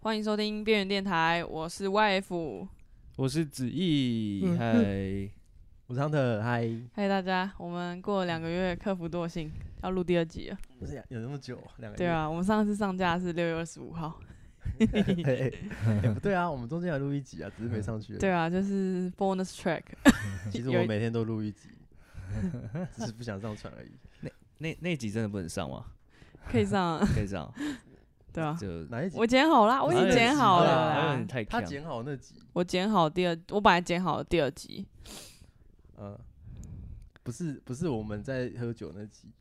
欢迎收听边缘电台，我是 YF。我是子毅，嗯嗨、我是亨特，嗨，嗨，大家，我们过了两个月克服惰性，要录第二集了。不是有那么久，两个对啊，我们上次上架是六月二十五号。月，嘿嘿哎不对啊，我们中间还录一集啊，只是没上去。对，啊，就是 bonus track。其实有我一每天都录一集， 只是不想上传而已。那那集真的不能上吗？可以上 啊，可以上， 对啊，就哪一集？我剪好啦，我已经剪好了哎有啦点。太他强剪好那集，我剪好第二，我本来剪好第二集，嗯，不是不是我们在喝酒那集，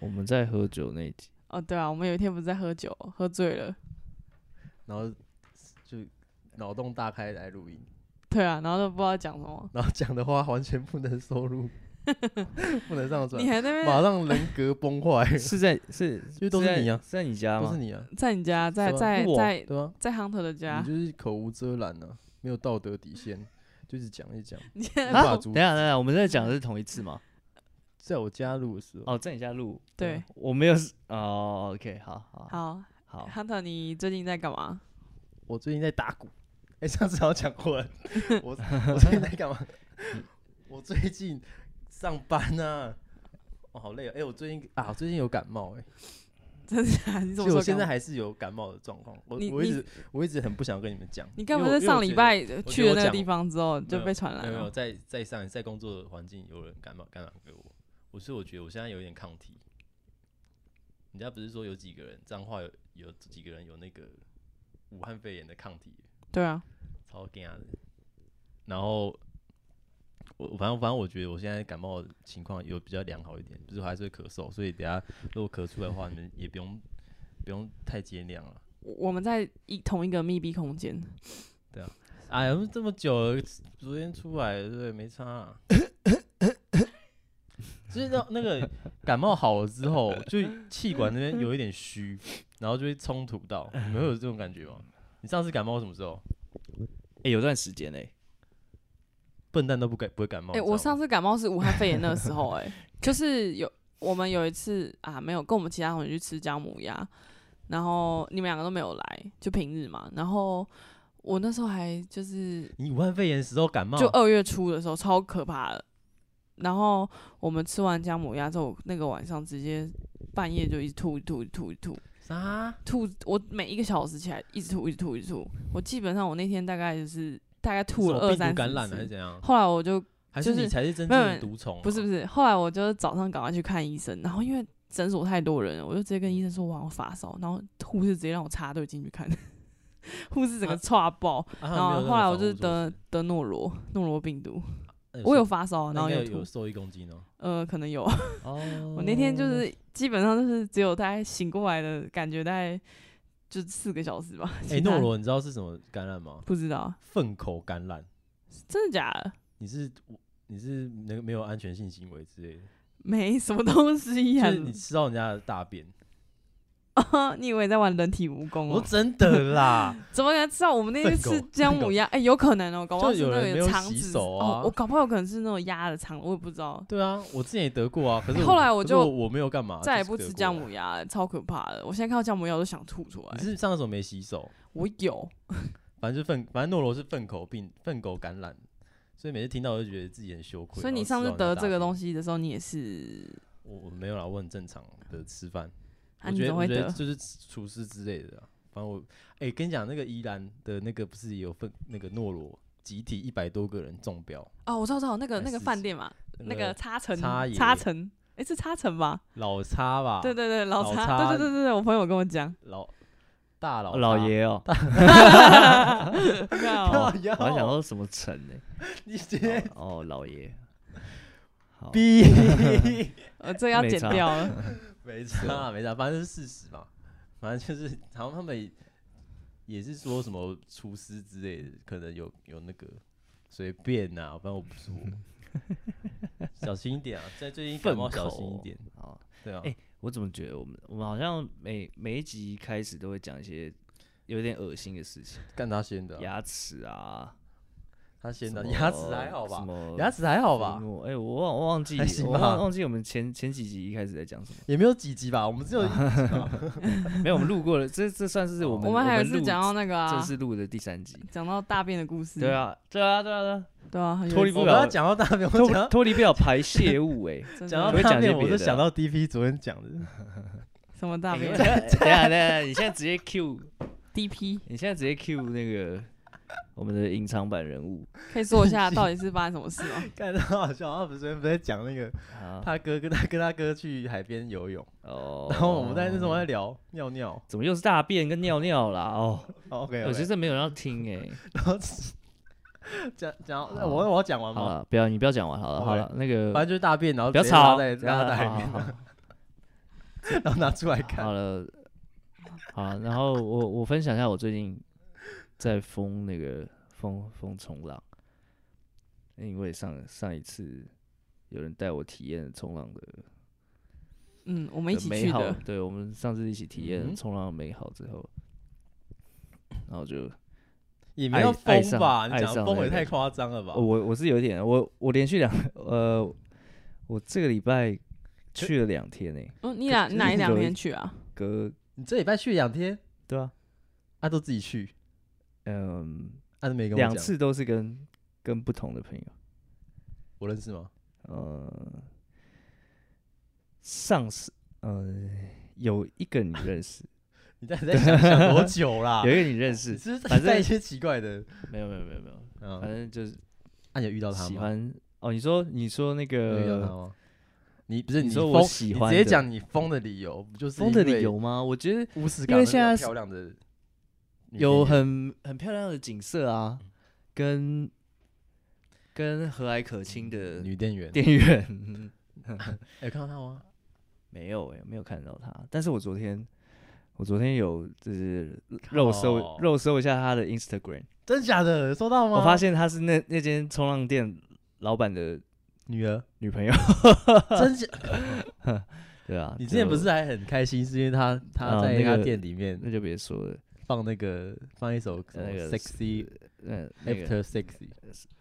我们在喝酒那一集，哦，对啊，我们有一天不是在喝酒，喝醉了，然后就脑洞大开来录音，对啊，然后都不知道讲什么，然后讲的话完全不能收 录，不能上传你，还在那啊马边上人格崩坏，是在是，为都是在你啊是在你家都吗是？你啊，在你家，在什么在我在对啊，在 Hunter 的家你，就是口无遮拦啊，没有道德底线，就是讲一讲。你 现在无不法啊，阻等止一下等一下，我们在讲的是同一次吗？在我家录的时候，哦，在你家录，对，我没有哦，OK，好好好好， ，Hunter，你最近在干嘛？我最近在打鼓。哎、上次好像讲过了，我我最近在干嘛？ 我最近上班啊，哦，好累、哦。哎、我最近啊，我最近有感冒、哎，真的假的？你其怎么实我说？现在，还是有感冒的状况。我你我一你直我一直很不想跟你们讲。你该不因为是我上礼？拜呃得去了我那个讲地方之后就没有被传染因为我觉得没有没有，了？在在上在工作的环境有人感冒感染给我，我所以我觉得我现在有点抗体。人家不是说有几个人脏话有有几个人有那个武汉肺炎的抗体，对啊，超惊的。然后我我反正反正我觉得我现在感冒的情况有比较良好一点，就是我还是会咳嗽，所以等下如果咳出来的话，你们也不用不用太见谅了。我我们在一同一个密闭空间，哎呀，这么久了，昨天出来对不对？没差、啊。就是那那个感冒好了之后，就气管那边有一点虚，然后就会冲突到，你们会有这种感觉吗？你上次感冒什么时候？哎，有段时间哎，笨蛋都不感不会感哎、冒。你知道我哦吗上次感冒是武汉肺炎那个时候、 哎，就是有我们有一次啊，没有跟我们其他同学去吃姜母鸭，然后你们两个都没有来，就平日嘛。然后我那时候还就是你武汉肺炎时候感冒，就二月初的时候超可怕的，然后我们吃完姜母鸭之后，那个晚上直接半夜就一直吐一直吐一直吐一直吐啥？吐，我每一个小时起来一直吐一直吐一直吐，我基本上我那天大概就是大概吐了是我二病毒三感染十了还是次。怎哦样？后来我就还是就你是才是真没正有的毒虫、啊不是不是，是，后来我就是早上赶快去看医生，然后因为诊所太多人了，我就直接跟医生说我好像发烧，然后护士直接让我插队进去看，护士整个啊岔爆，啊、然后后来我就得，得得诺罗诺罗病毒，那我有瘦，发烧，那然后哎应有该有吐，瘦一公斤哦。呃，可能有，哦我那天就是基本上就是只有大概醒过来的感觉，大概就四个小时吧。哎、其他诺罗，你知道是什么感染吗？不知道，粪口感染，真的假的？你是你是那个没有安全性行为之类的，没什么东西呀、就是你吃到人家的 大便，啊！ 你以为在玩人体�蜈蚣我哦？真的 啦，怎么可能知道？我们那天笨狗吃姜母鸭，哎、有可能哦，搞不好就是有人那没个有肠洗子、手啊哦，我搞不好有可能是那种鸭的肠，我也不知道。对啊，我之前也得过啊，可是后来我我可是就我我没有干嘛，再也就是不得吃过姜啊母鸭了，超可怕的！我现在看到姜母鸭我都想吐出你来。是上厕所没洗手，我有，反正就粪，反正诺罗是粪口病，粪口感染，所以每次听到我就觉得自己很羞愧。所以你上次得这个西。东西的时候，你也是我我没有啦，我很正常的吃饭。啊？我你觉怎得么我会觉得得？就是厨师之类的啊、反正我哎、跟你讲，那个宜兰的那个不是也有份那个诺罗，集体一百多个人中标，哦，我知道，我知道那个那还个是饭店嘛，那那个个插城插爷插城，哎、是插城吧？老差吧？对对对，老老插，插对对对对对，我朋友跟我 讲， 老大佬老差，爷哦，靠靠腰我还想说什么陈呢？哦你直接哦，哦老爷，好，逼，哦呃，这个要没剪差掉 了。 没差啊没差，反正是事实嘛，反正就是好像他们也也是说什么厨师之类的，可能有有那个随便呐、反正我不 说。小心一点啊！在最近感冒粪小口心一哦点，好，对啊。哎我怎么觉得我们我们好像每每一集开始都会讲一些有点恶心的事情，啊干他先的啊、牙齿啊，他先的什么牙齿还好什吧？么牙齿还好好吧？？哎，我忘我忘记还，行我吧忘忘记我们前前几集一开始在讲什么？ 也没有几集吧，我们只有一集吧没有，我们路过了，这这算哦是我们我们还有一次录讲到那个正啊，式录的第三集。讲到大便的故事。对，啊，对啊，对啊，对啊，对啊，有一脱离次我不们了要讲到大便，我脱讲脱离不了排泄物哎。真讲的可不可到以讲大一些便，我别就的 想啊到 DP 昨 天讲的，什么 大哎便 等一下等一下，等一下，你现在直接 Q， DP，你现在直接 Q 那个我们的隐藏版人物可以说一下到底是发生什么事吗？看到好笑。他不是昨天不是在讲那个啊。他哥跟他跟他哥去海边游泳，哦，然后我们在那时候在聊尿尿。怎么又是大便跟尿尿啦？哦， OK，我觉得这没有人要听哎。然后讲讲到，我我要讲完好吗？了，不要你不要讲完好了， OK 好了，那个反正就是大便，然后不要哦直接拉吵，在拉在海好里面，好好然后拿出来好 看。了，好，然后我我分享一下我最近在封那个封封冲浪，因为上上一次有人带我体验冲浪的嗯，我们一的起美去好的，，对我们上次一起体嗯验哼冲浪的美好之后，然后就、也没有爱疯吧？爱上你讲爱上疯那也个太夸张了吧呃？我我是有一点我我连续两呃我这个礼拜去了两天呢、嗯，你哪可是哪一两有一天去 啊？隔你这礼拜去两天，对啊，他都自己去，嗯，他都没跟我两讲。次都是跟跟不同的朋友。我认识吗？呃，上次呃有一个你认 识，你到底在想想多久啦 有？一个你认你识，是不反是正在一些奇怪的？啊没有没有没有没有，反嗯，正就是那你有遇到他喜吗？欢哦。你说你说那你有遇到他个吗？呃你不是你疯说我喜欢你直接的讲你疯的理由，不就是风的因为理由吗？我觉得乌斯因港为那现种在漂亮的女有演员很很漂亮的景色啊，跟跟和蔼可亲的女店员，店 员。有看到她吗？没有哎、没有看到他。但是我昨天，我昨天有就是肉搜靠肉搜一下他的 Instagram，真假的，收到吗？我发现他是那那间冲浪店老板的女 儿，女朋友。真假？对啊， 你之前就不是还很开心，是因为她她啊在那她个店里面那就别说了，放那个放一首什么那个 sexy 嗯，那个 after sexy。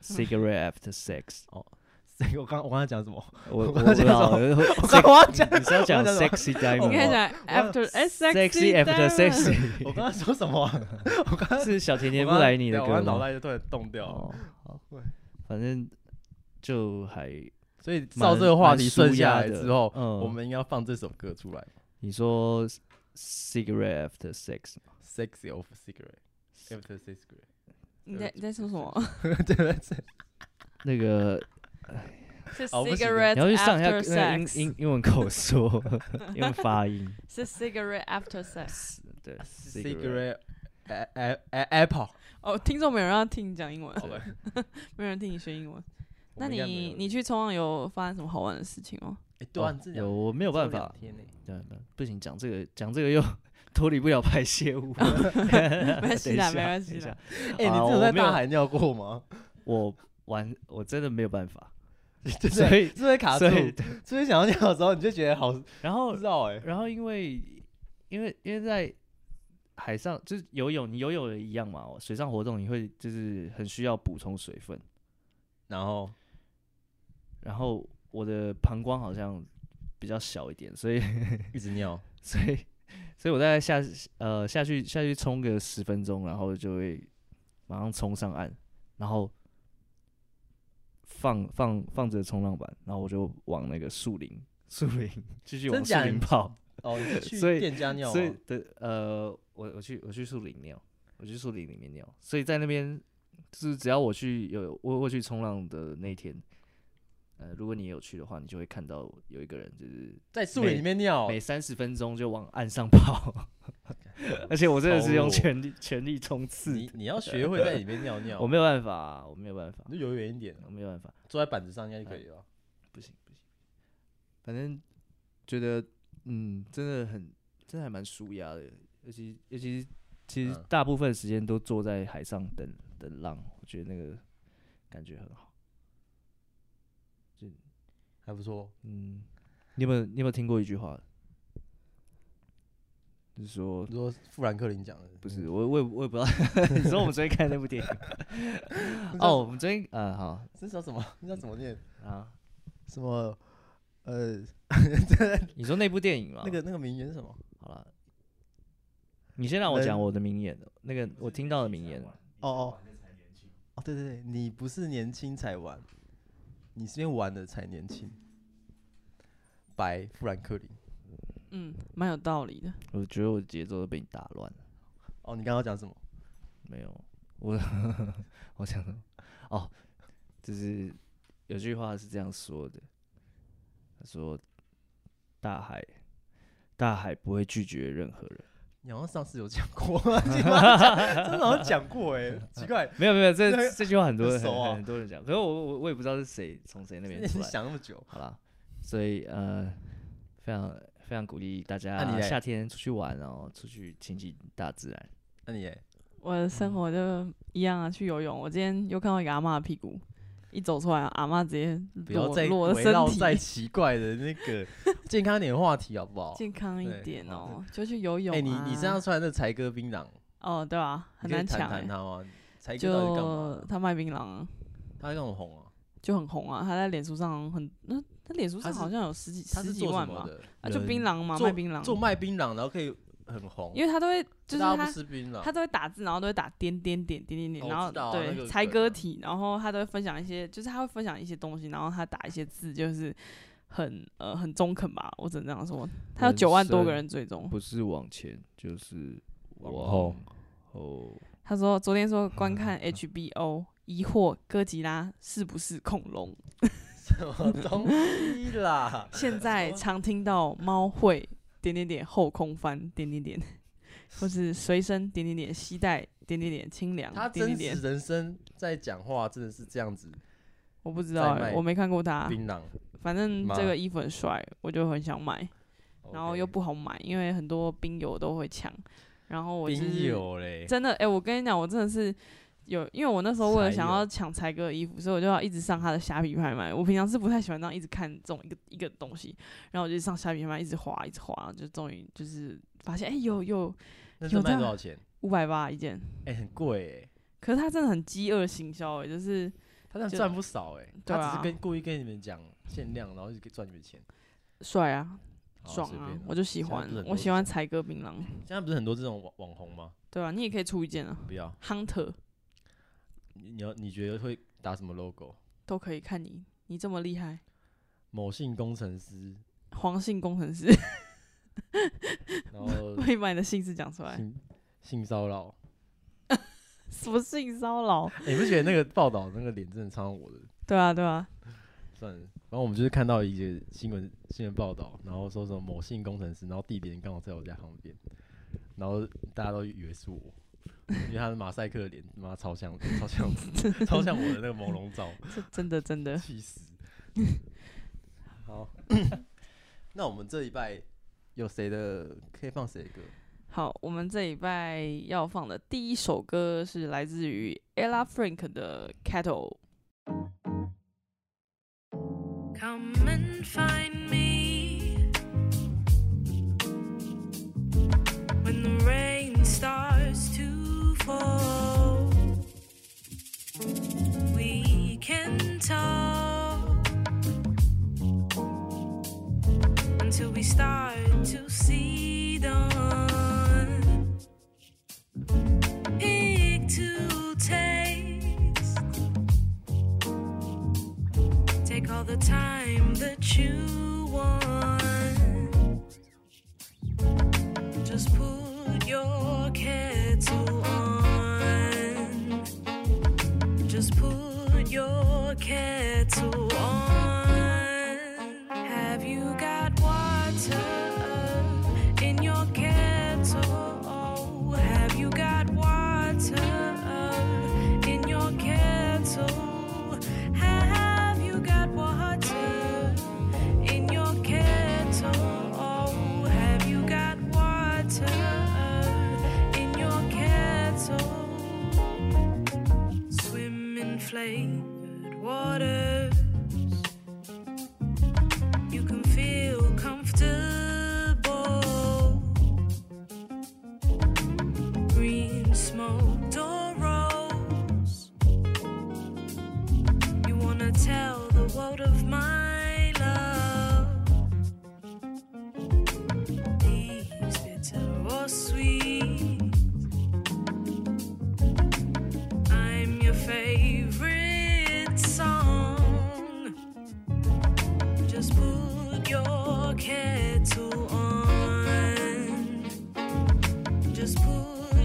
cigarette after sex， 我刚我刚才讲什么？ 我我我刚不讲知什道，么我我刚刚讲，你是要讲我刚讲什么 sexy 你可以 diamond，sexy 讲 after 哎 sexy diamond after sexy， 我刚刚说什 么啊？是小甜我甜布刚莱尼的对我歌刚脑吗？袋就突然动掉了。哦，好，反正就还所以照蛮这个话蛮题舒顺下压来的之后，嗯我们应该要放这首歌出来你说 cigarette after sex，吗，sexy of cigarette after cigarette。你在你在说什么？那个是哦不行 cigarette 你要去上一下 after 那个 英 sex，英英文口 说， 英文发音，是 cigarette after sex。对 cigarette a- a- a- apple。 哦，听众没有人要听你讲英文，哦好吧， 没有人听你学英文。我那们应该没你有你去冲浪有发生什么好玩的事情吗？哎，对啊，哦你这两有我没有办法，天呢，对对不行，讲这个讲这个又脱离不了排 泄物， 没关系等一啦，下没关系等一啦下。哎，啊你只有我在没有大海尿过 吗？我玩我真的没有 办法，对所以是会卡住所，以所以想哦要尿的时候你就觉得好然不后知道哎，然后因为因为因为在海上就是游泳，你游泳也一样嘛，水上活动你会就是很需要补充水分，然后然后我的膀胱好像比较小一点，所以。 一直尿，所以所以我大概下呃下去下去冲个十分钟，然后就会马上冲上岸，然后放放放着冲浪板，然后我就往那个树林树林继续往真树假林你跑，哦，你是所去以店家尿啊，所以的呃我我去我去树林尿，我去树林里面尿，所以在那边就是只要我去有我我去冲浪的那天。呃，如果你也有去的话，你就会看到有一个人就是在树林里面尿，每三十分钟就往岸上跑，而且我真的是用全力全力冲刺哦你，你要学会在里面尿尿 我，没有办法、啊我没有办法，你就游远一点，我没有办法，坐在板子上应该就可以了。不行不行，反正觉得嗯，真的很，真的还蛮舒压的，尤其尤其其实嗯大部分时间都坐在海上等等浪，我觉得那个感觉很好。就还不错，嗯，你有没有你有没有听过一句话？就是说你说富兰克林讲的不是我我也我也不知道， 你说我们昨天看那部电影 哦，我们昨天呃好这叫 什么？那叫怎么念？啊，什么？呃， 你说那部电影嘛，那个那个名言是什么？好了，你先让我人讲我的名言，哦那个我听到的名言，哦哦，哦对对对，你不是年轻才玩，你是边玩的才年轻。白富兰克林。嗯，蛮有道理的。我觉得我的节奏都被你打乱了，哦，你刚刚讲什么？没有，我 我想说哦，就是有句话是这样说的，他说大海大海不会拒绝任何人。 你好像上次有讲过， 你好像讲真的好像讲过哎、 奇怪，没有没有，这那 这句话很多很人熟啊很很多人讲，可是我我我也不知道是谁从谁那 边你出来的。想那么久，好啦，所以呃，非常非常鼓励大家、那你嘞夏天出去玩哦，出去亲近大自然。那你欸我的生活就一样啊，去游泳。我今天又看到一个阿嬷的屁股，一走出来，阿嬷直接不要裸再裸的围身绕在体，奇怪的那个健康一点的话题好不好？ 健康一对点好哦、就去游泳、啊。哎、你你身上穿的那才哥槟榔，哦，对啊，很你可以难谈抢、谈欸。他吗？才哥到底干就嘛？他卖槟榔、啊，他在干嘛红啊？就很红啊，他在脸书上很那他脸书上他是好像有十几他十是几做什万么嘛，的？啊，就槟人榔嘛，做卖槟榔，做卖槟榔，然后可以很红，因为他都会就是大家他不吃槟榔他。都会打字，然后都会打点点点点点哦点，我然后知道啊那个对梗猜歌啊题，然后他都会分享一些，就是他会分享一些东西，然后他打一些字，就是很呃很中肯吧，我只能这样说。他有人九万多个生人追踪，不是往前，就是往后后。他说昨天说观 看 HBO 疑惑哥吉拉是不是恐 龙，？什么 东西啦 现在常听到猫会点点点后空翻点点点，或是随身点点点携带点点点清凉他点真点实点，人生在讲话真的是这样子，我不知道欸、在卖我没看过他，槟榔，反正吗这个衣服很帅，我就很想买。然后又 OK 不好买，因为很多冰友都会抢。然后我就冰是友嘞，真的，哎、我跟你讲，我真的是有，因为我那时候为了才想有要抢才哥的衣服，所以我就要一直上他的虾皮拍卖。我平常是不太喜欢这样一直看这种一个一个东西，然后我就上虾皮拍卖一直划一直划，就终于就是发现，哎、有有那有是卖这多样少钱？五百八一件。哎、很贵哎、可是他真的很饥饿行销，哎，就是他这样就赚不少哎、对他只啊是跟故意跟你们讲限量，然后就可以赚你们钱，帅啊，好爽随啊便，我就喜现在欢不是很，多我这喜欢种才哥槟榔，现在不是很多这种网网红吗？对啊，你也可以出一件啊不要， ，Hunter 你你要你觉得会打什么 logo？都可以，看你你这么厉害。某信工程师，黄姓工程师然后会把你的姓氏讲出来，性性骚扰，什么性骚扰？哎你不觉得那个报道那个脸真的超像我的？ 对啊，对啊，算了，然后我们就是看到一些新闻新闻报道，然后说什么某信工程师，然后地点刚好在我家旁边，然后大家都以为是我，因为他的马赛克的脸，妈超像超像我 超像我的那个朦胧 照，这真的真的气死！好， 那我们这礼拜有谁的可以放谁的歌？好。我们这礼拜要放的第一首歌是来自于 Ella Frank 的《Cattle》。 Come and find me when the rain starts to fall. We can talk until we start to see dawn. Pick to taste. Take all the time that you want. Just put your kettle on. Just put your kettle on. Have you got water in your kettle? Have you got water in your kettle? Have you got water in your kettle? Oh, have you got water in your kettle? Swim in flavored waters. You can feel comfortable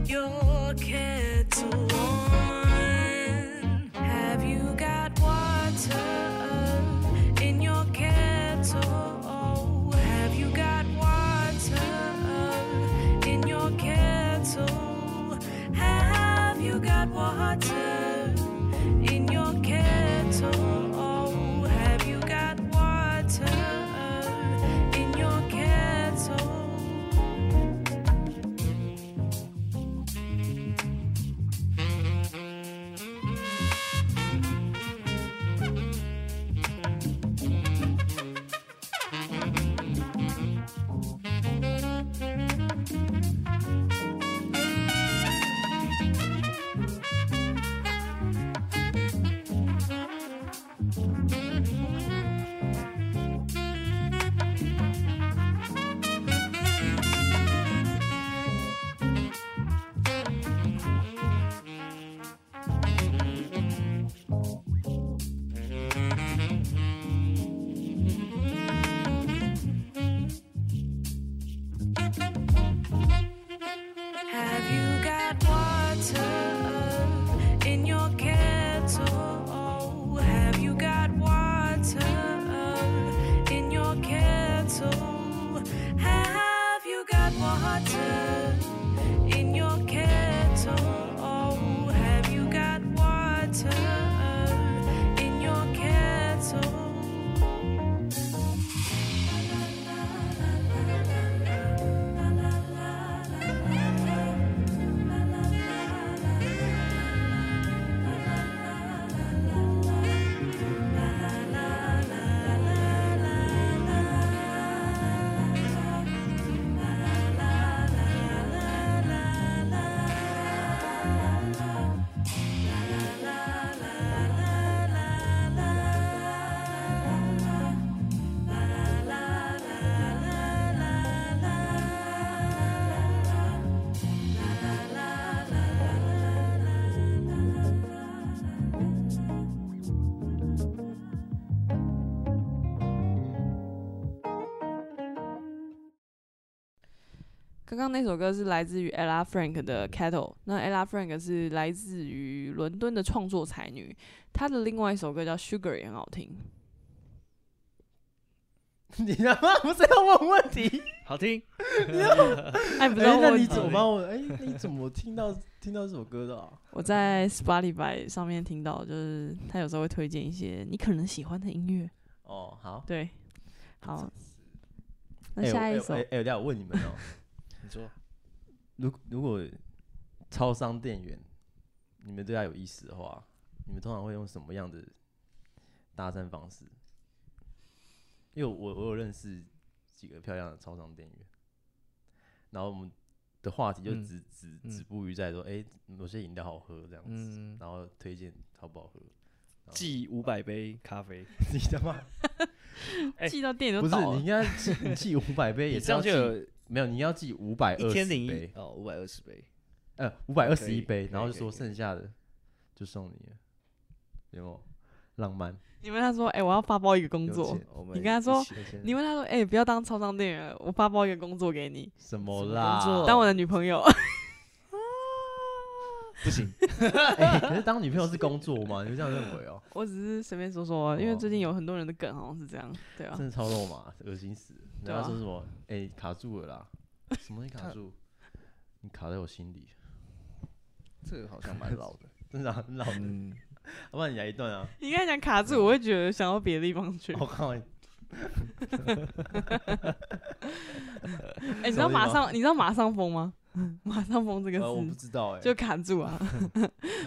your kettle on? Have you got water in your kettle? Have you got water in your kettle? Have you got water in your kettle? Have you got water in your kettle? Have you got water in your kettle? Have you got water in your kettle? Have you got water in your kettle? Have you got water in your kettle? 刚刚那首歌是来自于 Ella Frank 的《Cattle》，那 Ella Frank 是来自于伦敦的创作才女，她的另外一首歌叫《Sugar》也很好 听。 你他妈不是要问问题？好听，哎，不哎、知道那问你题怎么帮我？哎、你怎么听到听到这首歌 的、啊？我在 Spotify 上面听到，就是他有时候会推荐一些你可能喜欢的音乐。哦，好。对，好，那哎下我一哎首哎、哎等下我问你们哦、你说如 如果超商店员，你们对他有意思的话，你们通常会用什么样的搭讪方式？因为我我有认识几个漂亮的超商店员，然后我们的话题就嗯只、只嗯止步于在说，哎、某些饮料好喝这样子，嗯然后推荐好不好喝？ 然后寄五百杯咖啡，你他妈哎寄到店里不就是倒你应了。该寄你寄五百杯，也 你是这样要就寄有没有，你要寄五百一二天十零杯一，哦，五百二十杯，呃，五百二可十一以杯，可然后以可以就说可以剩下的就送你了，有没有浪漫？你问他说：“哎、我要发包一个工有作钱。我们你跟他一说起”你问他说：“哎、不要当超商店员，我发包一个工作给你，什什么么工啦？作当我的女朋友。不行， 哎可是当女朋友是工作吗？你就这样认 为哦？”我只是随便说说，啊因为最近有很多人的梗好像是这样，对啊真，的超肉麻，恶心死了！对然啊后说什么？哎，卡住了啦，什么东西卡住？你卡在我心里，这个好像蛮老的，真的啊很老 的，嗯，要不然你来一段 啊！你刚才讲卡住，我会觉得想到别的地方去。我靠，哎、你知道什么马地方上你知道马上疯吗？马上疯这个呃，我词不知道哎，就卡住 啊！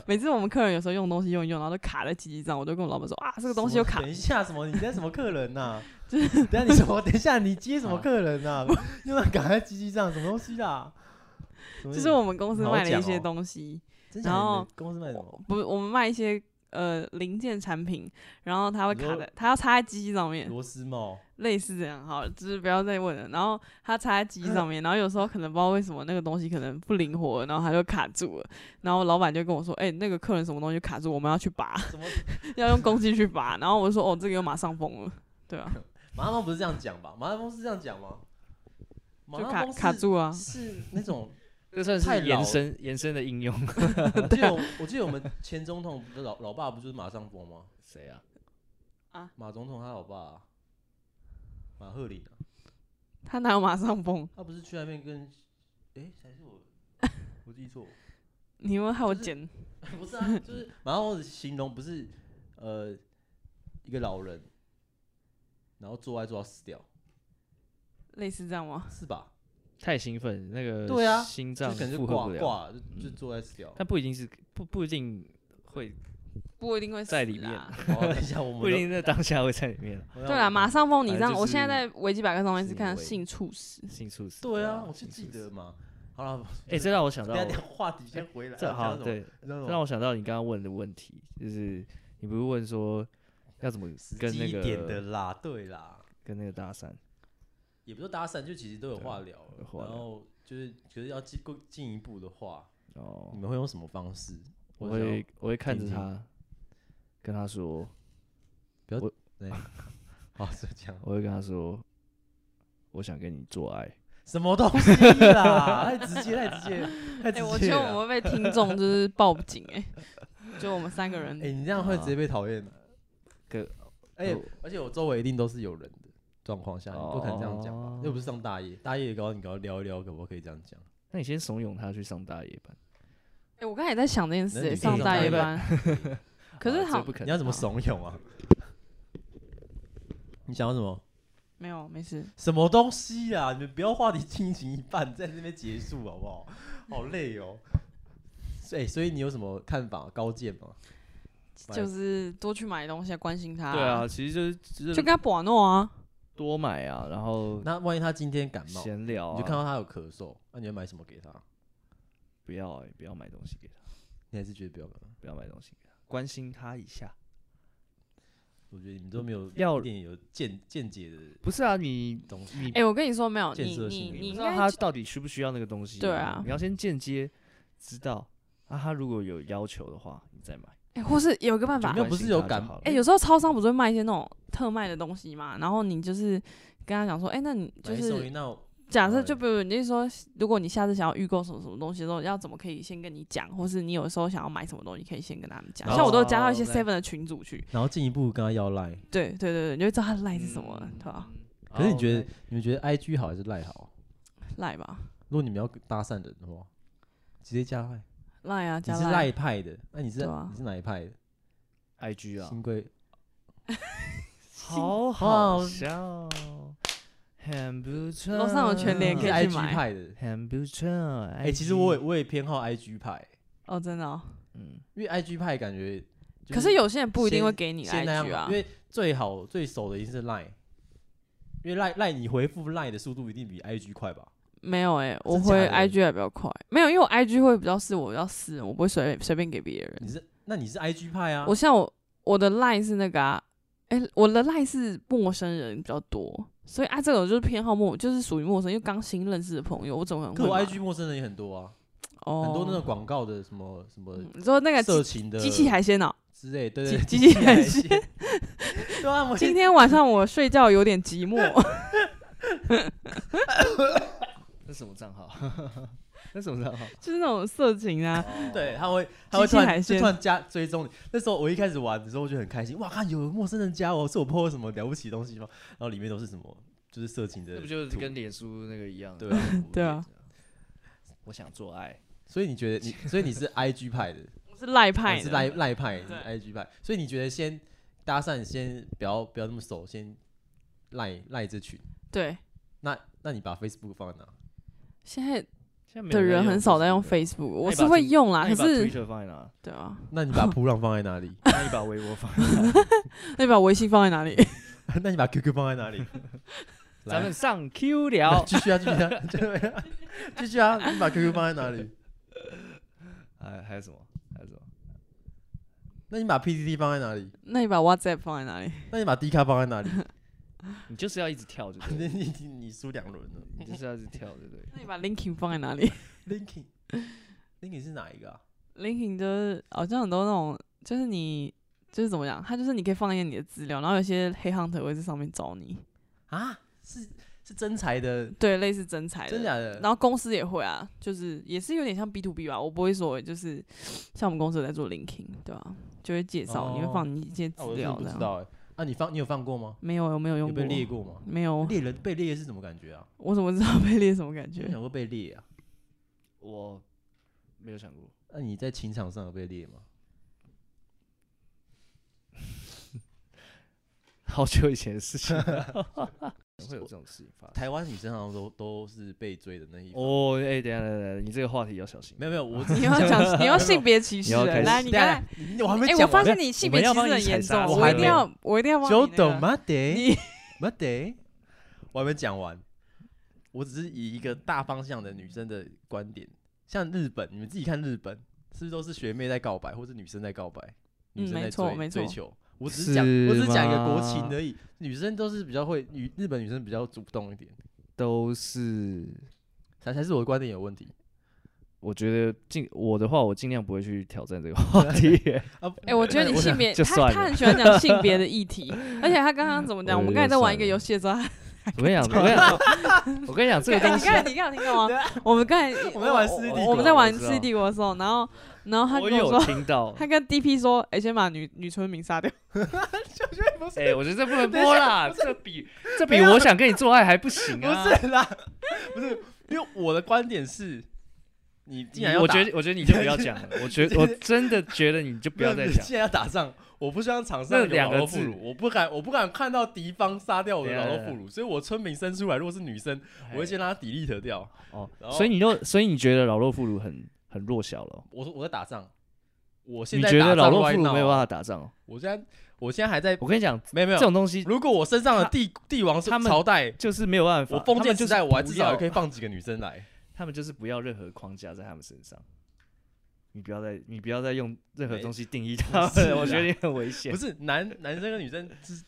每次我们客人有时候用东西用一用，然后就卡在机器上，我就跟我老板说啊，这个东西什有么卡等。一下，什么？你在什么客 人呐、就是等一下你什么？等一下你接什啊么客人呐、用到赶在机器上，什么东西啦？什么就意思是我们公司好卖了一讲些哦东西，真假的然你后们公司卖什么？不，我们卖一些呃零件产品，然后它会你卡说在，它要插在机器上面，螺丝帽，类似这样，好，就是不要再问了。然后它插在机器上面，然后有时候可能不知道为什么那个东西可能不灵活，然后它就卡住了。然后老板就跟我说：“哎、那个客人什么东西卡住，我们要去拔， 什么？要用工具去拔。”然后我就说：“哦，这个又马上疯了，对啊，麻辣风不是这样讲吧？麻辣风是这样讲吗？麻就辣卡风是卡住啊。” 是那种这算太是老延伸延伸的应用。我记啊得我我记得我们前总统的老老爸不就是马上峰吗？谁啊？马总统他老爸啊、马赫林啊，他哪有马上疯？他不是去那边跟，哎、还是我我记错，你们害我就是剪 不是啊，就是马上峰形容不是呃一个老人，然后做爱做到死掉，类似这样吗？是吧？太兴奋，那个对啊心就脏可能负就荷挂不了。嗯挂了，就就做爱死掉。但不一定是不不一定会，不一定会在死里面啦哦，等一下我们不一定在当下会在里 面啊都对啦，马上疯，你反这正样，就我现在是在维基百科上面是行看为性猝死，性猝死。对啊，对啊我就记得嘛。好了，哎，这让我想 等到一，下等一下话题先回来。这好讲什么，对，讲什这么让我想到你刚刚问的问题，就是你不是问说要怎么实跟际那一点个的啦，对啦，跟那个搭讪？也不是搭讪，就其实都有话聊了有话然聊后就是，可是要进更进一步的话，哦你，们会用什么方式？我嗯想要会我会看听着听他，跟他说， 好，就这样，我会跟他说，我想跟你做爱。什么东西啦？ 太直接，太直接，太直哎、接了。我觉得啊我们会被听众就是报警 哎、就我们三个人，哎、你这样会直接被讨厌的。可而且哦而且我周围一定都是有人的状况下，哎你不可能这样讲吧哦？又不是上大夜，大夜搞你搞聊一聊，可不可以这样讲？那你先怂恿他去上大夜班，哎、我刚才也在想这件事、那欸，你上可以大上夜大夜班， 可是啊好这不可能。你要怎么怂恿啊？ 你想要什么？没有没事，什么东西啊？你们不要话题进行一半，在这边结束好不好？好累哦。所以，所以你有什么看法？高见吗？买就是多去买东西啊，关心他、对啊，，其实就是只就是跟他把诺啊，多买啊，然后那万一他今天感冒，闲聊、啊，你就看到他有咳嗽，那你会买什么给他？不要、欸、不要买东西给他，你还是觉得不要买吗？不要买东西给他，关心他一下。我觉得你们都没有要一点有见见解的不是啊，你东西。你哎、我跟你说没有，建你设你性的你不应知道该他就到底需不需要那个东西，对啊你要先间接知道啊，他如果有要求的话，你再买。哎、或是有一个办法没，有不是有感冒哎、有时候超商不是会卖一些那种特卖的东西嘛，然后你就是跟他讲说，哎、那你就买一送一是那假设哎就比如你就是说，如果你下次想要预购什么什么东西的时候，要怎么可以先跟你讲，或是你有时候想要买什么东西，可以先跟他们讲。然像后我都有加到一些哦对 Seven 的群组去，然后进一步跟他要赖。对对对对，你就会知道他的赖是什么嗯了，对吧？可是你觉得、你们觉得 IG 好还是赖好？啊赖吧，如果你们要搭讪人的话，直接加赖。赖啊，你加是赖赖，派的，那你是对啊你是哪一派的？ i g 啊新，贵好好笑，很不错。楼上有全联你可以嗯是去 IG 买派的。很不错。哎、哎其实我也我也偏好 IG 派，哦，真的哦。嗯，因为 IG 派感觉就可是有些人不一定先会给你现在要 IG 啊因，为最好最熟的一定是 Line，因为 Line Line 你回复 Line 的速度一定比 IG 快吧？没有哎，我真回假的 IG 还比较快，没有，因为我 IG 会比较私，我比较私人，我不会随便随便给别人。你是那你是 IG 派啊？我像我我的 line 是那个啊，哎、我的 line 是陌生人比较多，所以啊，这个我就是偏好陌，就是属于陌生，因为刚新认识的朋友，我怎么可能可会我买 IG 陌生人也很多啊，哦很多那种广告的什么什么嗯你说那个色机情的机器海 鲜哦、之类，对机对，机器器海海鲜， 对啊，我今天晚上我睡觉有点寂寞， 那什么账号？ 那什么账号？就是那种色情 啊，对，他会他会机器突海然鲜就突然加追踪你。那时候我一开始玩的时候，我就很开心，哇，看有陌生人加我，是我 PO 了什么了不起的东西吗？然后里面都是什么，就是色情的那不就是图跟脸书那个一样？对啊对啊。我想做爱，所以你觉得 你，所以你是 IG 派的，我是赖哦派你的，是赖赖派，你是对 IG 派。所以你觉得先搭讪，先不要不要那么熟，先赖赖这群。对，那那你把 Facebook 放在哪？现在现在没有的在人用很少在 Facebook 用了 Facebook，我那你是把会 Twitter- 用啦，那可你把是 Twitter 放在 哪？对啊，那你把普朗放在哪 里？那你把微博放在哪？那你把微信放在哪里？ 那你把 QQ 放在哪 里？咱来。们上 Q 聊继续啊，继续啊，继续 啊，继续啊！你把 QQ 放在哪里？ 还还有什么？还有什么？那你把 PPT 放在哪里？那你把 WhatsApp 放在哪里？那你把 D 卡放在哪 里？你就是要一直跳，就 你对了，你你你输两轮了。你就是要一直跳，对不对？那你把 Linkin 放在哪 里 Linkin，Linkin 是哪一个啊？ ？Linkin 就是好像很多那种，就是你就是怎么讲，它就是你可以放一些你的资料，然后有些黑 hunter 会在上面找你。啊，是是真才的，对，类似真才的，真假的？然后公司也会啊，就是也是有点像 B to B 吧，我不会说就是 像我们公司有在做 linking，对吧、就会介绍，你会哦放你一些资那我真的料不这知样。道哎。啊，你放你有放过吗？没有，我没有有用被过，列过吗？没有，猎人被猎是什么感觉啊？我怎么知道 被列什么感有觉没有？想过被猎啊？我没有想过，那你在情场上有被猎吗？好久以前的事情 了，会有这种事情发生。台湾女生好像都都是被追的那一方。哦，哎，等一下，等一下等一下，你这个话题要小心。没有没有，我只你是要讲，你要性别歧你视要开了，始来，你等刚一才下，哎你我还没哎，我讲发完。现你性别歧视很严重，我我们要帮你踩刹车一定要，我一定要帮久你那等个。吗？得 你吗？得，我还没讲完。我只是以一个大方向的女生的观点，像日本，你们自己看日本，是不是都是学妹在告白，或是女生在告白，女嗯生在没追、错没错追求？我只是讲，我只是讲一个国情而已。女生都是比较会，女日本女生比较主动一点，都是才才是我的观点有问题我觉得尽我的话，我尽量不会去挑战这个话 题。啊！哎、我觉得你性别，就他算了他很喜欢讲性别的议题，而且他刚刚怎么讲？我我们就刚才在玩算一个游戏的时候，他我跟你讲，我跟你讲，我跟你讲这个哎东你西，看，你看，听到吗？我们刚才我们在玩世纪帝国我们在玩《我知世道纪帝国》的时候，然后然后 他我跟我有 说，听到。他跟 DP 说，哎、先把女女村民杀掉。哎、我觉得这不能播啦，这比这比我想跟你做爱还不行不啊！是啦，不是，因为我的观点是，你既然要我打觉得我觉得你就不要讲 了，我觉得我真的觉得你就不要再那讲。既然要打仗，我不希望场上那有两老个弱妇字孺，我不敢，我不敢看到敌方杀掉我的对啊老弱对啊哎妇孺，所以我村民生出来，如果是女生，我会先让她 delete 掉。哦然，后所以你就所以你觉得老弱妇孺很很弱小了哦、我说我在打仗，我现你在觉得打老仗弱妇 right 孺 now 没有啊办法打仗、哦？我现在我现在还在，我跟你讲，没有没这有，种东西如果我身上的帝帝王是他们朝代，就是没有办法。我封建就时是代，我还至不少要也可以放几个女生来。他们就是不要任何框架在他们身上。你不要再，你不要再用任何没东西定义他不是们，我觉啦得你很危险不。是男 男生跟女生之，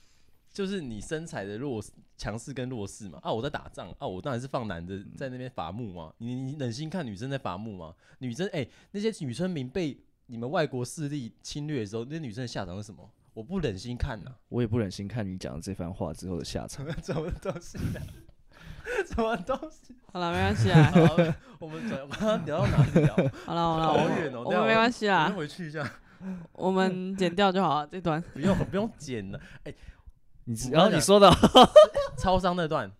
就是你身材的弱势强势跟弱势嘛。啊，我在打仗啊，我当然是放男的在那边伐木嘛。你你忍心看女生在伐木吗？女生哎、那些女村民被你们外国势力侵略的时候，那些女生的下场是什么？我不忍心看 呐、我也不忍心看你讲的这番话之后的下场。什么东西啊？什么东西？好了，没关系 啦，好，我们转，我们刚刚聊到哪里聊？好了好了，好我远哦们我等下们没我关系我啦 先，回去一下，我们剪掉就好了这段。不用不用剪了。你知我然后跟你你说的，超商那段，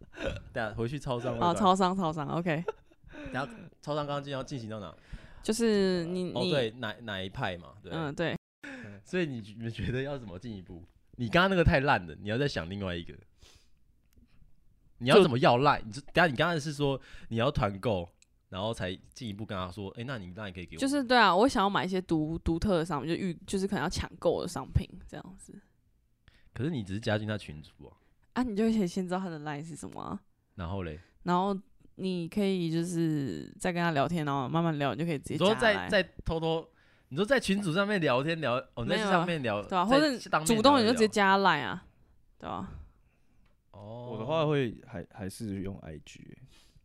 等下回去超商那哦，段。超商超商，OK，等下超商刚刚进要进行到哪？就是你哦，你、对，哪哪一派嘛？对，嗯对，所以你你们觉得要怎么进一步？你刚刚那个太烂了，你要再想另外一个。你要就怎么要赖？你就等下你刚才是说你要团购，然后才进一步跟他说，哎、那你那你可以给我，就是对啊，我想要买一些独独特的商品，就预就是可能要抢购的商品这样子可是你只是加进他群组啊，啊，你就可以先知道他的 line 是什么啊、然后嘞，然后你可以就是再跟他聊天，然后慢慢聊，你就可以直接你说加来在，在偷偷，你说在群组上面聊天聊，哦，没在有啊上面聊，对吧、在或者当面主动聊你就一直接聊。加来啊，对吧、哦，我的话会还还是用 IG，欸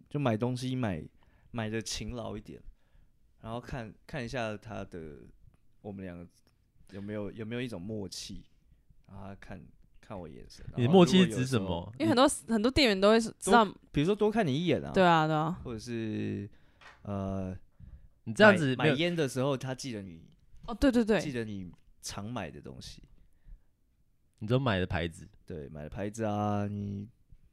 就买东西买买的勤劳一点，然后看看一下他的我们两个有没有有没有一种默契，然后他看看我眼神。然你的后默如契果是有指时什候么？因为很多很多店员都会知道，比如说多看你一眼啊，对，啊，对啊，或者是呃你这样买子没买有烟的时候，他记得你哦，对对记对，得你常买的东西，你都买的牌子，对，买的牌子啊，你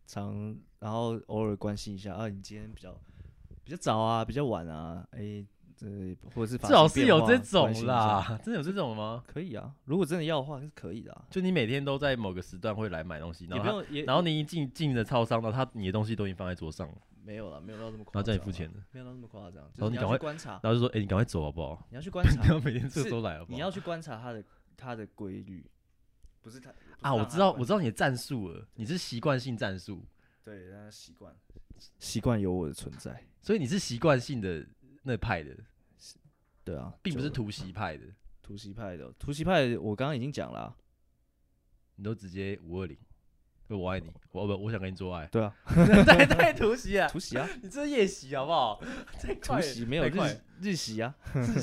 常然后偶尔关心一下啊，你今天比较比较早啊，比较晚啊，哎、这或者是发至少生是变有化这关心种一下啦，真的有这种吗？可以啊，如果真的要的话是可以的、啊，就你每天都在某个时段会来买东西，也然不后用也他然后你一进进了超商，然后他你的东西都已经放在桌上了，没有了，没有到那么夸然张，后啊叫你付钱，了，没有到那么夸张，就后是你你赶要快去观察，然后就说：“哎、你赶快走好不好你要去观？”察 不，要每天这是个都来好不好？你要去观察他的他的规律，不是他啊，我知道，我知道，道你的战术了，你是习惯性战术，对，让他习惯习惯有我的存在，所以你是习惯性的那派的，对啊，并不久是了突袭派的，突袭派的，突袭派我刚刚已经讲了 啊、，你都直接五二零，我爱你，我不，我想跟你做爱对啊， 太太突袭了，突袭 啊，你这是夜袭好 不好？太快突了袭没有太日快了日袭啊， 日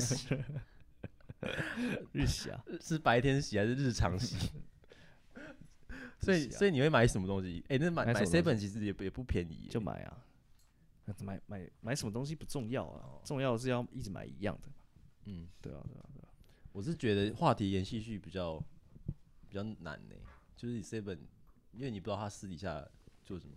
袭啊，啊 是白天洗还是日常洗？所以可惜啊所以你会买什么东西？哎、那买买买什么 seven 东其实也不也不便宜耶，就买啊。那买买买什么东西不重要啊，重要的是要一直买一样的嘛。嗯，对啊，对啊，对啊。我是觉得话题延续去比较比较难呢、就是你 seven，因为你不知道他私底下做什么，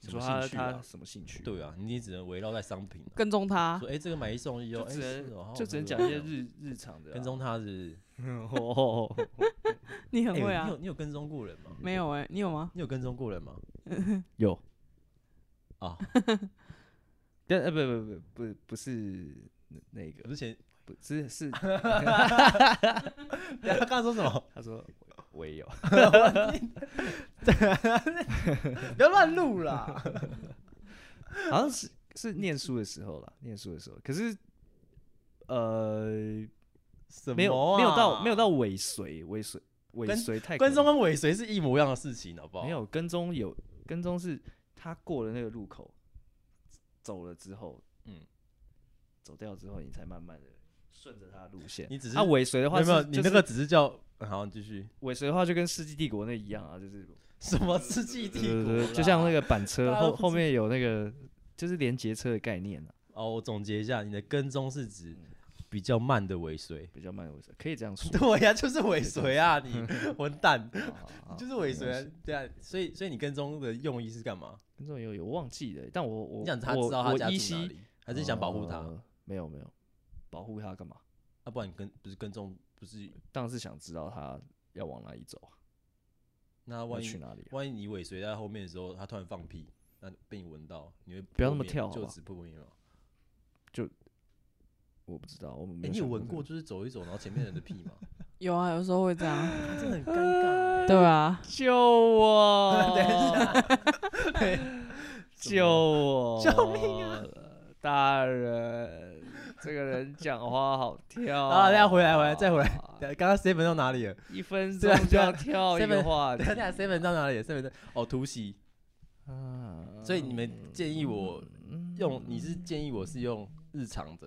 你什说么他兴趣他啊？什么兴趣？对啊，你也只能围绕在商品、啊，跟踪他说哎、这个买一送一哦，就哎只是哦能好就好只能喝讲哦一些 日日常的啊。跟踪他是不是哦， 你很哎会啊你有？你有跟踪过人吗？没有哎、你有吗？你有跟踪过人吗？有，啊，但呃不不不不不是那那个，不是前， 不是是等一下他刚才说什么？ 他说我也有，不要乱录 啦！好像是是念书的时候啦，念书的时候，可是呃什么啊、没有没有到没有到尾随尾随尾跟随太可跟踪哦跟尾随是一模一样的事情，好不好？没有跟踪有跟踪是他过了那个路口走了之后，嗯嗯，走掉之后你才慢慢的顺着他的路线，你只他是尾随的话没有，没有，是你就那是个只是叫……嗯好，你继续。尾随的话就跟《世纪帝国》那一样啊，就是什么世 纪帝对国对啦？对，就像那个板车大家都后不后面有那个就是连接车的概念啊，哦，我总结一下，你的跟踪是指嗯比较慢的尾随。比较慢的尾随，可以这样说。 对呀、 就是尾随 啊，你混蛋，好好好就是尾随、没啊关系。对啊，所以所以你跟踪的用意是干嘛？跟踪有有忘记了，但我我你想他我知道他我家依住哪稀里，哦还是你想保护他？呃没有没有，保护他干嘛？啊，不然你跟不是跟踪，不是当然是想知道他要往哪里走，那要万去一哪里啊、万一你尾随在后面的时候，他突然放屁，那被你闻到，你会不要那么破灭跳好就不好此破灭吗？我不知道，我哎、没有你有想闻这个过就是走一走，然后前面人的屁 吗？有啊，有时候会这样，真的很尴尬、！对啊，救我 等一下，救我！救命啊！大人，这个人讲话好跳好了等一下回来回来再回来啊等一下刚刚 seven 到哪里了？一分对啊钟就对啊要跳一 Seven- 个话啊等题一 下 seven 到哪里了？seven 到哦，突袭。啊！所以你们建议我用，你是建议我是用日常的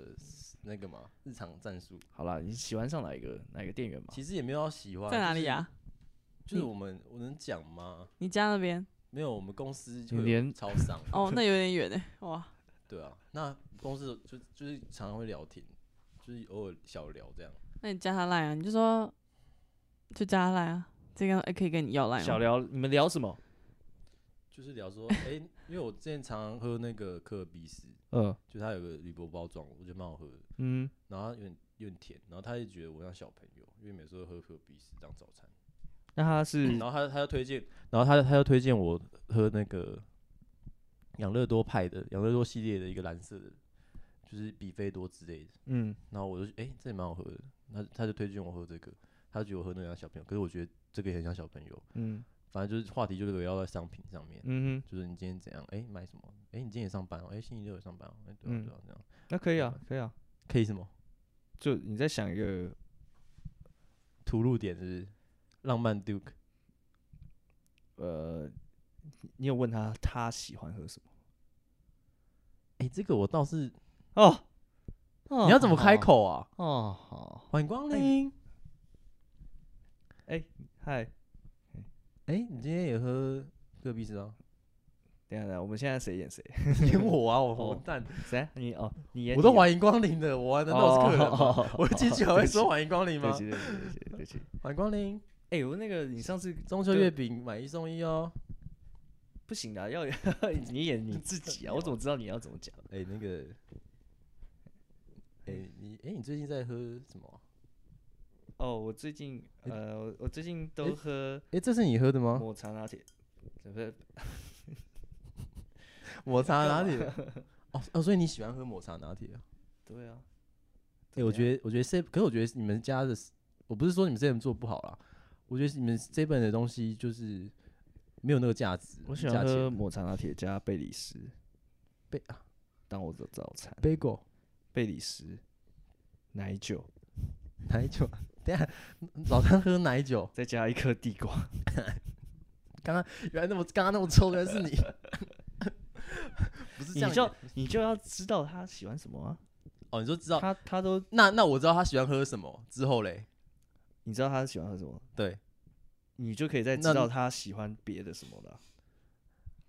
那个吗？日常战术，好啦，你喜欢上哪一个哪一个店员吗？其实也没有要喜欢。在哪里啊？就是？就是我们我能讲吗？你家那边？没有，我们公司就你有连超商，哦， 那有点远哎、哇，对啊。那公司就就是常常会聊天，就是偶尔小聊这样。那你加他赖啊，你就说就加他赖啊，这个哎可以跟你要赖小吗？聊，你们聊什么？就是聊说，哎、因为我之前常常喝那个可尔必斯，嗯就它有个铝箔包装，我觉得蛮好喝的，嗯，然后它有点有点甜，然后他就觉得我像小朋友，因为每次都喝可尔必斯当早餐。那他是然后他他又推荐，然后他他又推荐我喝那个养乐多派的养乐多系列的一个蓝色的，就是比菲多之类的。嗯，然后我就哎、诶这也蛮好喝的，他他就推荐我喝这个，他觉得我喝那个像小朋友，可是我觉得这个也很像小朋友。嗯反正就是话题就是围绕在商品上面，嗯哼，就是你今天怎样，哎、买什么，哎、你今天也上班哦，哎、星期六也上班哦，哎、对啊、嗯对啊这样，那可以啊，可以啊。可以什么就你在想一个吐露点是不是？浪漫 Duke 呃，你有问他他喜欢喝什么？哎、这个我倒是，哦，哦你要怎么开？口啊？哦，好，欢迎光哎临。嗨，哎、你今天也喝戈壁斯 吗？等一下等一下，我们现在谁演谁？演我啊，我哦混蛋，谁啊？你哦，你演我都怀疑，欢迎光临的，我难难道我是客人吗？吗 我进去还会说欢迎光临对不吗起？对不起对不起对不起。欢迎光临，哎，我那个你上次中秋月饼买一送一哦。不行啊，要 你演你自己啊，我怎么知道你要怎么讲？哎、那个，哎、你哎、你最近在喝什么啊？哦，我最近呃，我我最近诶都喝哎、这是你喝的吗？抹茶拿铁，不是抹茶拿 铁。哦哦，所以你喜欢喝抹茶拿铁啊？对啊。哎、我得觉得，我觉得 C，可是我觉得你们家的，我不是说你们 C 做不好啦，我觉得你们 C 本的东西就是没有那个价值。我喜价欢钱喝抹茶拿铁加贝里斯贝啊当我的早餐， bagel。贝里斯奶酒。奶酒，啊等一下早餐喝奶酒，再加一颗地瓜。刚刚原来那么刚刚那么臭，原来是你， 不是这你样就演你就要知道他喜欢什么啊。哦，你就知道他他都那那我知道他喜欢喝什么之后嘞，你知道他喜欢喝什么？对，你就可以再知那道他喜欢别的什么了。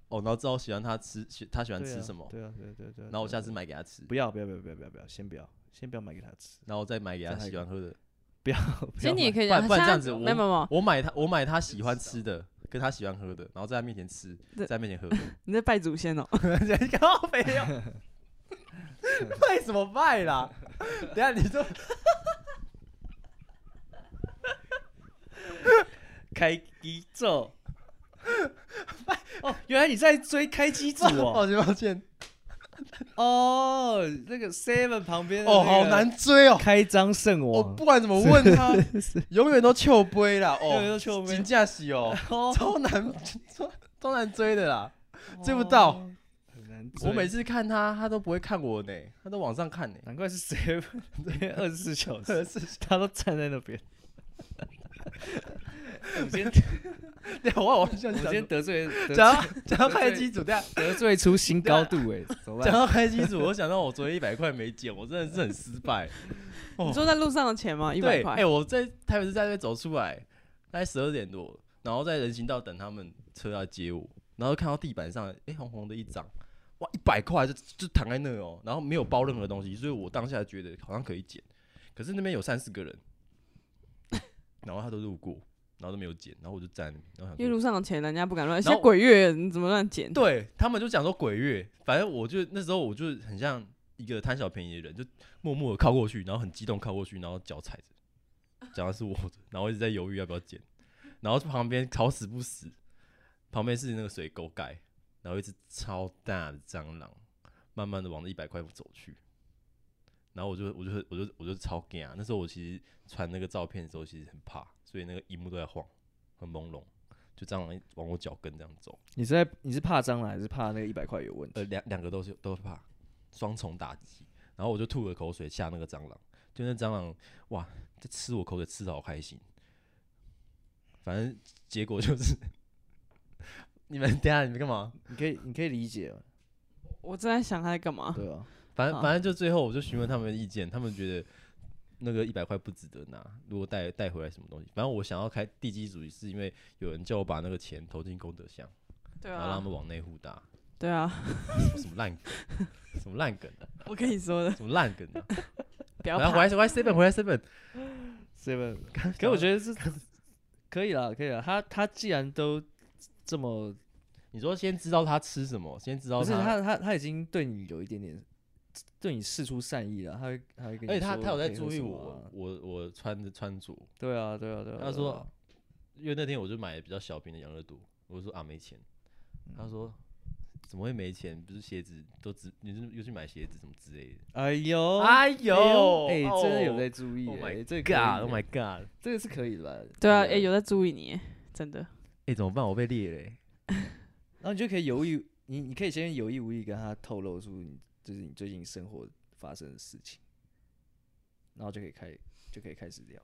哦，然后知道喜欢他吃，喜他喜欢对吃啊什么，对啊，对啊对啊对啊。然后我对啊下次买给他吃，不要不要不要不要不要不要，先不要，先不要买给他吃，然后再买给他这太喜欢喝的。不要。 其实你也可以不然讲，不现然这在样子我没有没有没有，我买他，我买他喜欢吃的，跟他喜欢喝的，然后在他面前吃，对在他面前喝，你在拜祖先哦、 靠没 有，拜什么拜啦？ 等一下你说开机咒。哦，原来你在追开机组抱哦！歉抱歉，哦，那个 Seven 旁边的哦，那好个难追哦，开张圣我王不，管怎么问他，永远都糗杯啦，永远都哦，糗杯金架喜哦，哦超难超超难追的啦。追不到，哦很难追。我每次看他，他都不会看我呢，他都往上 看呢。难怪是 Seven 二十四小时，是，他都站在那 边。我今天对，我我想我今 讲天得罪得讲罪到讲到开机组，对啊，得罪出新高度哎，怎么办？讲到开机组，我想到我昨天一百块没捡，我真的是很失败。你说在路上的钱吗？一百对，块哎、。我在台北市站那边走出来，大概十二点多，然后在人行道等他们车要接我，然后看到地板上，哎、红红的一张，哇，一百块就就躺在那哦，然后没有包任何东西，所以我当下觉得好像可以捡，可是那边有三四个人，然后他都路过，然后都没有捡，然后我就站在那边，然后因为想说路上的钱人家不敢乱，然后像鬼月你怎么乱捡？对他们就讲说鬼月，反正我就那时候我就很像一个贪小便宜的人，就默默的靠过去，然后很激动靠过去，然后脚踩着，讲的是我的，然后一直在犹豫要不要捡，然后旁边好死不死，旁边是那个水沟盖，然后一只超大的蟑螂，慢慢的往那一百块走去。然后我就我就我就我就超惊啊！那时候我其实传那个照片的时候，其实很怕，所以那个荧幕都在晃，很朦胧，就蟑螂一往我脚跟这样走。你是在你是怕蟑螂还是怕那个一百块有问呃，题？两两个都是都怕，双重打击。然后我就吐了口水吓那个蟑螂，就那蟑螂哇，在吃我口水吃的好开心。反正结果就是， 你们等一下你们干嘛？你可以你可以理解嘛，我正在想他在干嘛。对啊，反正好反正就最后我就询问他们的意见，他们觉得那个一百块不值得拿，如果带带回来什么东西。反正我想要开地基主义，是因为有人叫我把那个钱投进功德箱，对然后让他啊，们往内户搭， 对啊，什么烂梗， 什么烂梗啊，我跟你说的，什么烂梗啊！不要然后怕回。来回来 seven 回来 seven， Seven，可我觉得是可以啦，可以啦。他他既然都这么，你说先知道他吃什么，先知道不是他他他已经对你有一点点对你示出善意了，他会他会跟你而且他说他有在可以喝注意什么我啊，我我穿的穿着，对啊对啊对啊。他对说啊因为那天我就买了比较小瓶的养乐多，我就说啊没钱，嗯他说怎么会没钱？不是鞋子都只你是又去买鞋子什么之类的，哎呦哎呦哎，真的有哦在注意 Oh my 哎，这个可以，God，Oh 哎 my God，这个是可以的吧？对啊，哎、哎有在注意你耶，真的。哎怎么办？我被猎嘞、然后你就可以有意，你你可以先有意无意跟他透露出你就是你最近生活发生的事情，然后就可以开就可以开始聊。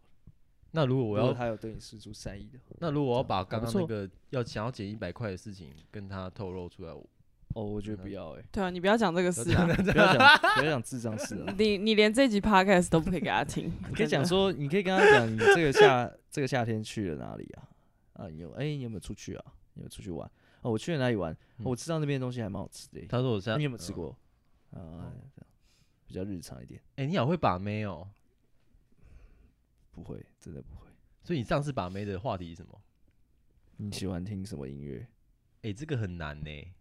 那如果我如果要他有对你施出善意的话，那如果我要这样把还刚不刚错那个要想要减一百块的事情跟他透露出来，我哦，我觉得嗯不 要哎、对啊，你不要讲这个事啊，，不要讲不要讲智障事啊你你连这集 podcast 都不可以给他听。你 可以真讲的 说，你可以跟他讲你这个夏这个夏天去了哪里啊？啊，你有哎、你有没有出去啊？你有没有出去玩？哦，我去了哪里玩？哦我吃到那边的东西还蛮好吃的、欸。他说我现啊在你有没有吃嗯过？啊，这样比较日常一点，哎、你好会把妹哦、不会，真的不会。所以你上次把妹的话题是什么？你喜欢听什么音乐？哎、这个很难呢、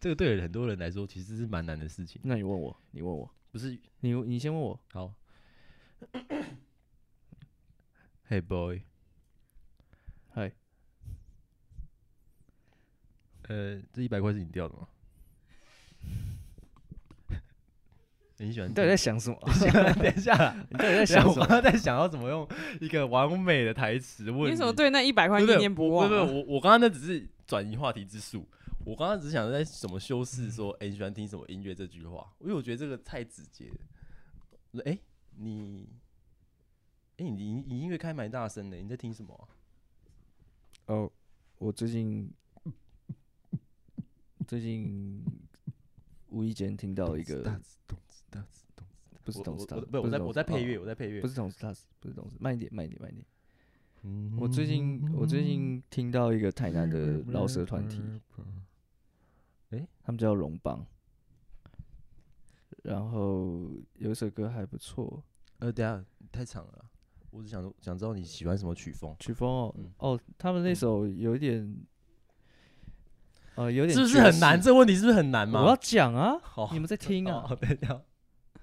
这个对很多人来说其实是蛮难的事情，那你问我，你问我，不是？你你先问我。好，Hey boy，嗨，呃，这一百块是你掉的吗？你喜欢你听？到底在想什么？ 等一下啦， 你到底在等一下想我什么刚？刚在想要怎么用一个完美的台词问你怎么对那一百块念念不忘、啊？不不，我我刚刚那只是转移话题之术，我刚刚只是想在怎么修饰说，哎、你喜欢听什么音乐这句话，因为我觉得这个太直接了。我说哎、你，哎、你你你音乐开蛮大声的，你在听什么啊、哦，我最近最近无意间听到一个，不是我董事我大我师，不是，我是在董我事在哦配乐，我在配乐不，是董事大师，不是董事，慢一点，慢一点，慢一点。嗯我最近我最近听到一个台南的饶舌团体，嗯他们叫龙邦，然后有一首歌还不错，呃，等一下太长了啦，我只想想知道你喜欢什么曲风。曲风哦、嗯哦，他们那嗯首有一点，呃，有点是不是爵很士难？这哦个问题是不是很难我要嘛？讲啊，好你们在听啊，好，等一下，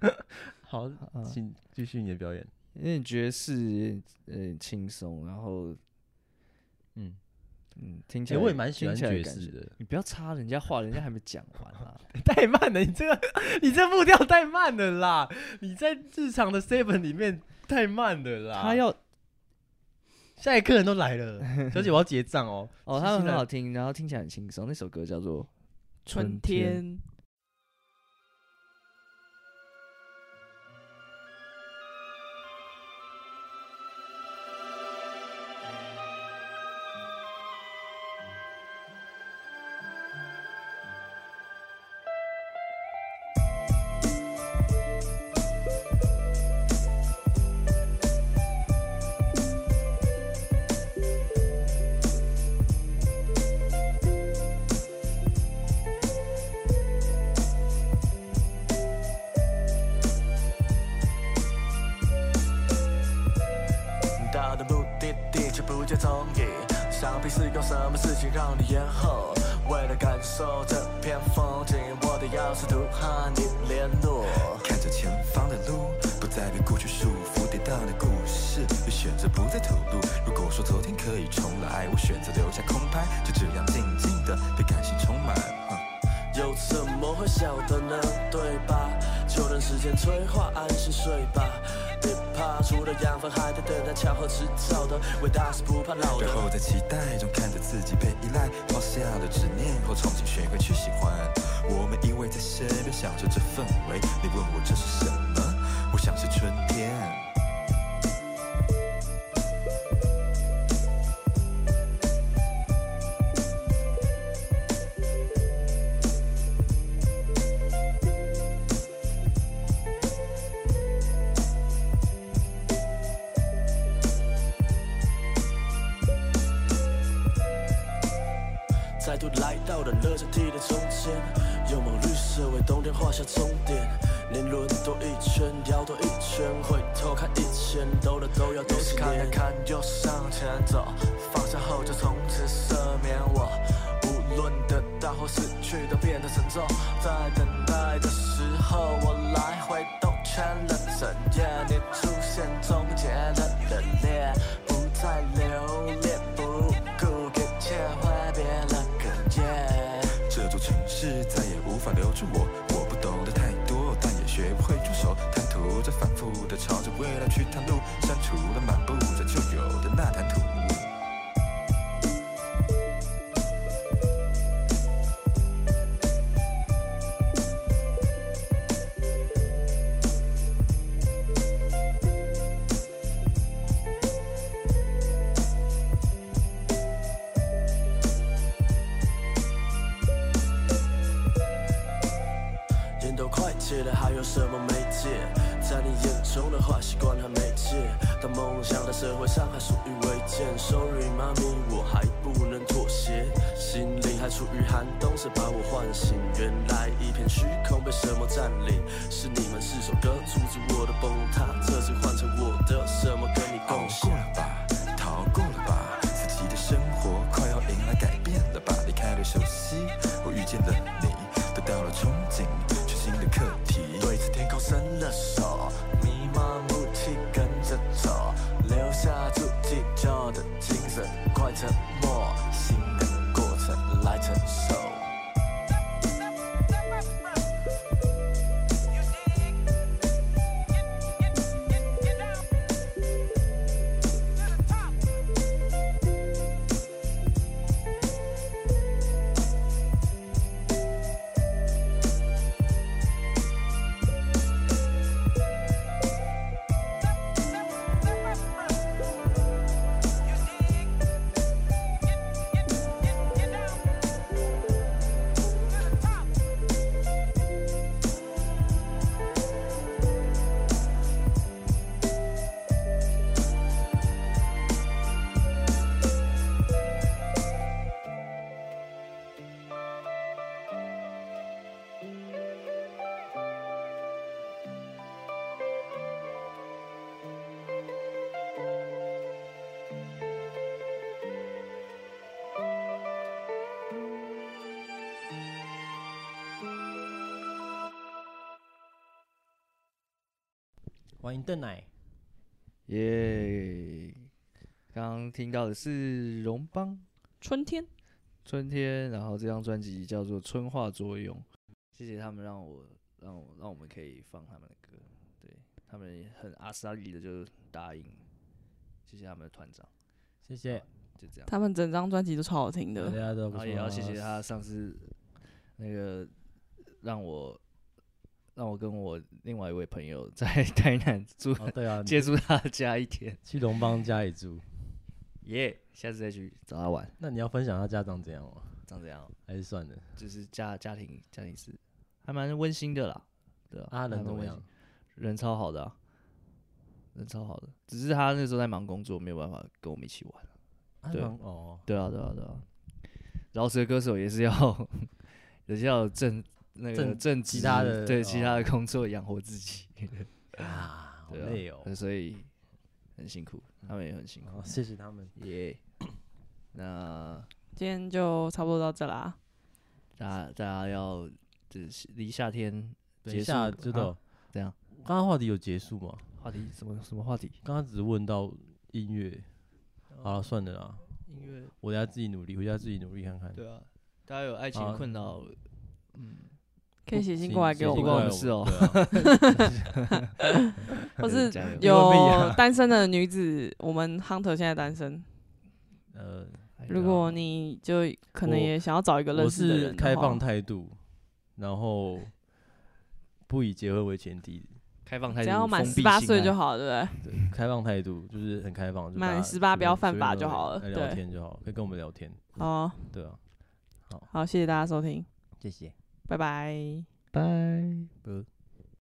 好，啊请继续你的表演。有点爵士，有点有点轻松，然后嗯，嗯，听起其实来我也蛮喜听欢起来爵感士觉。的，你不要插人家话，人家还没讲完 啊。太慢了，哎你这个你这步调太慢了啦！你在日常的 seven 里面太慢了啦。他要下一客人都来 了，小姐我要结账哦。哦，新他西很兰好听，然后听起来很轻松。那首歌叫做《春天》，天。到的目的地却不见踪影，想必是有什么事情让你延后。为了感受这片风景，我的钥匙图和你联络。看着前方的路，不再被过去束缚，跌宕的故事也选择不再吐露。如果说昨天可以重来，我选择留下空拍，就这样静静的被感情充满。嗯又怎么会晓得呢？对吧？就让时间催化，安心睡吧。别怕，除了养分，还在等待巧合制造的。伟大是不怕老的然。后在期待中看着自己被依赖，放下了执念后重新学会去喜欢。我们依偎在身边，享受这氛围。你问我这是什么？我想是春天。再度来到了热潮地的中间，用墨绿色为冬天画下终点。年轮多一圈，绕多一圈，回头看一千，兜了兜要多越是少看年了？看，又向前走，放下后就从此赦免我。无论得到或失去，都变得沉重。在等待的时候，我来回兜圈了整夜。你出现终结的冷冽，不再留恋，不顾一切挥别了哽咽。这座城市再也无法留住我。我不懂得太多，但也学不会住手。贪图着反复的朝着未来去探路，删除了满布着旧有的那滩土。眼都快戒了，还有什么媒介？在你眼中的坏习惯还没戒，当梦想在社会上还属于违建。Sorry，妈咪，我还不能妥协，心灵还处于寒冬，谁把我唤醒？原来一片虚空被什么占领？是你们是首歌阻止我的崩塌，这次换成我的什么跟你熬共过享？了吧，逃过了吧，自己的生活快要迎来改变了吧。离开了熟悉，我遇见了你，得到了憧憬，全新的课题。对着天空伸了手，迷茫雾气跟着走，留下足迹旧的精神，快沉默，新的过程来承受。欢迎邓奶，耶！刚刚听到的是荣邦春天，春天，然后这张专辑叫做《春化作用》，谢谢他们让我让我让我们可以放他们的歌，对他们也很阿斯拉里的就答应，谢谢他们的团长，谢谢就这样。他们整张专辑都超好听大的。家都然不后错。哦也要谢谢他上次那个让我让我跟我另外一位朋友在 台南住、哦，对啊，借住他的家一天，去龙邦家里住。耶、下次再去找他玩，那你要分享他家长怎样吗？长这样哦还是算了？就是家家庭家庭事，还蛮温馨的啦，对啊，阿还人蛮怎么温样馨？？人超好的、啊，人超好的，只是他那时候在忙工作，没有办法跟我们一起玩。阿对郎哦，对啊，对啊，对啊，饶舌歌手也是要 也是要有正那个正正其职他的对其他哦的工作养活自己，啊，好对啊累哦。所以很辛苦，他们也很辛苦，好，谢谢他们。耶、 那今天就差不多到这啦，大家大家要就是离夏天等结一束下，知道啊怎样？刚刚话题有结束吗？话题什么什么话题？刚刚只是问到音乐，哦好了，算了啦，音乐我等下自己努力，回家自己努力看看。对啊，大家有爱啊情困扰，嗯可以写信过来给我不们关，我们事哦对啊 或是加油英文不一有样单身的女子，我们 Hunter 现在单身，呃，如果你就可能我也想要找一个认我识的人是的开话放态度，然后不以结婚为前提，开放态只度，要满封十闭八性岁爱就好，对不对？对，开放态度就是很开放，就满大家18随不要便犯随法便就跟我好了来聊对天就好，可以跟我们聊天，好哦，对啊，好，谢谢大家收听，谢谢，拜拜。拜。不。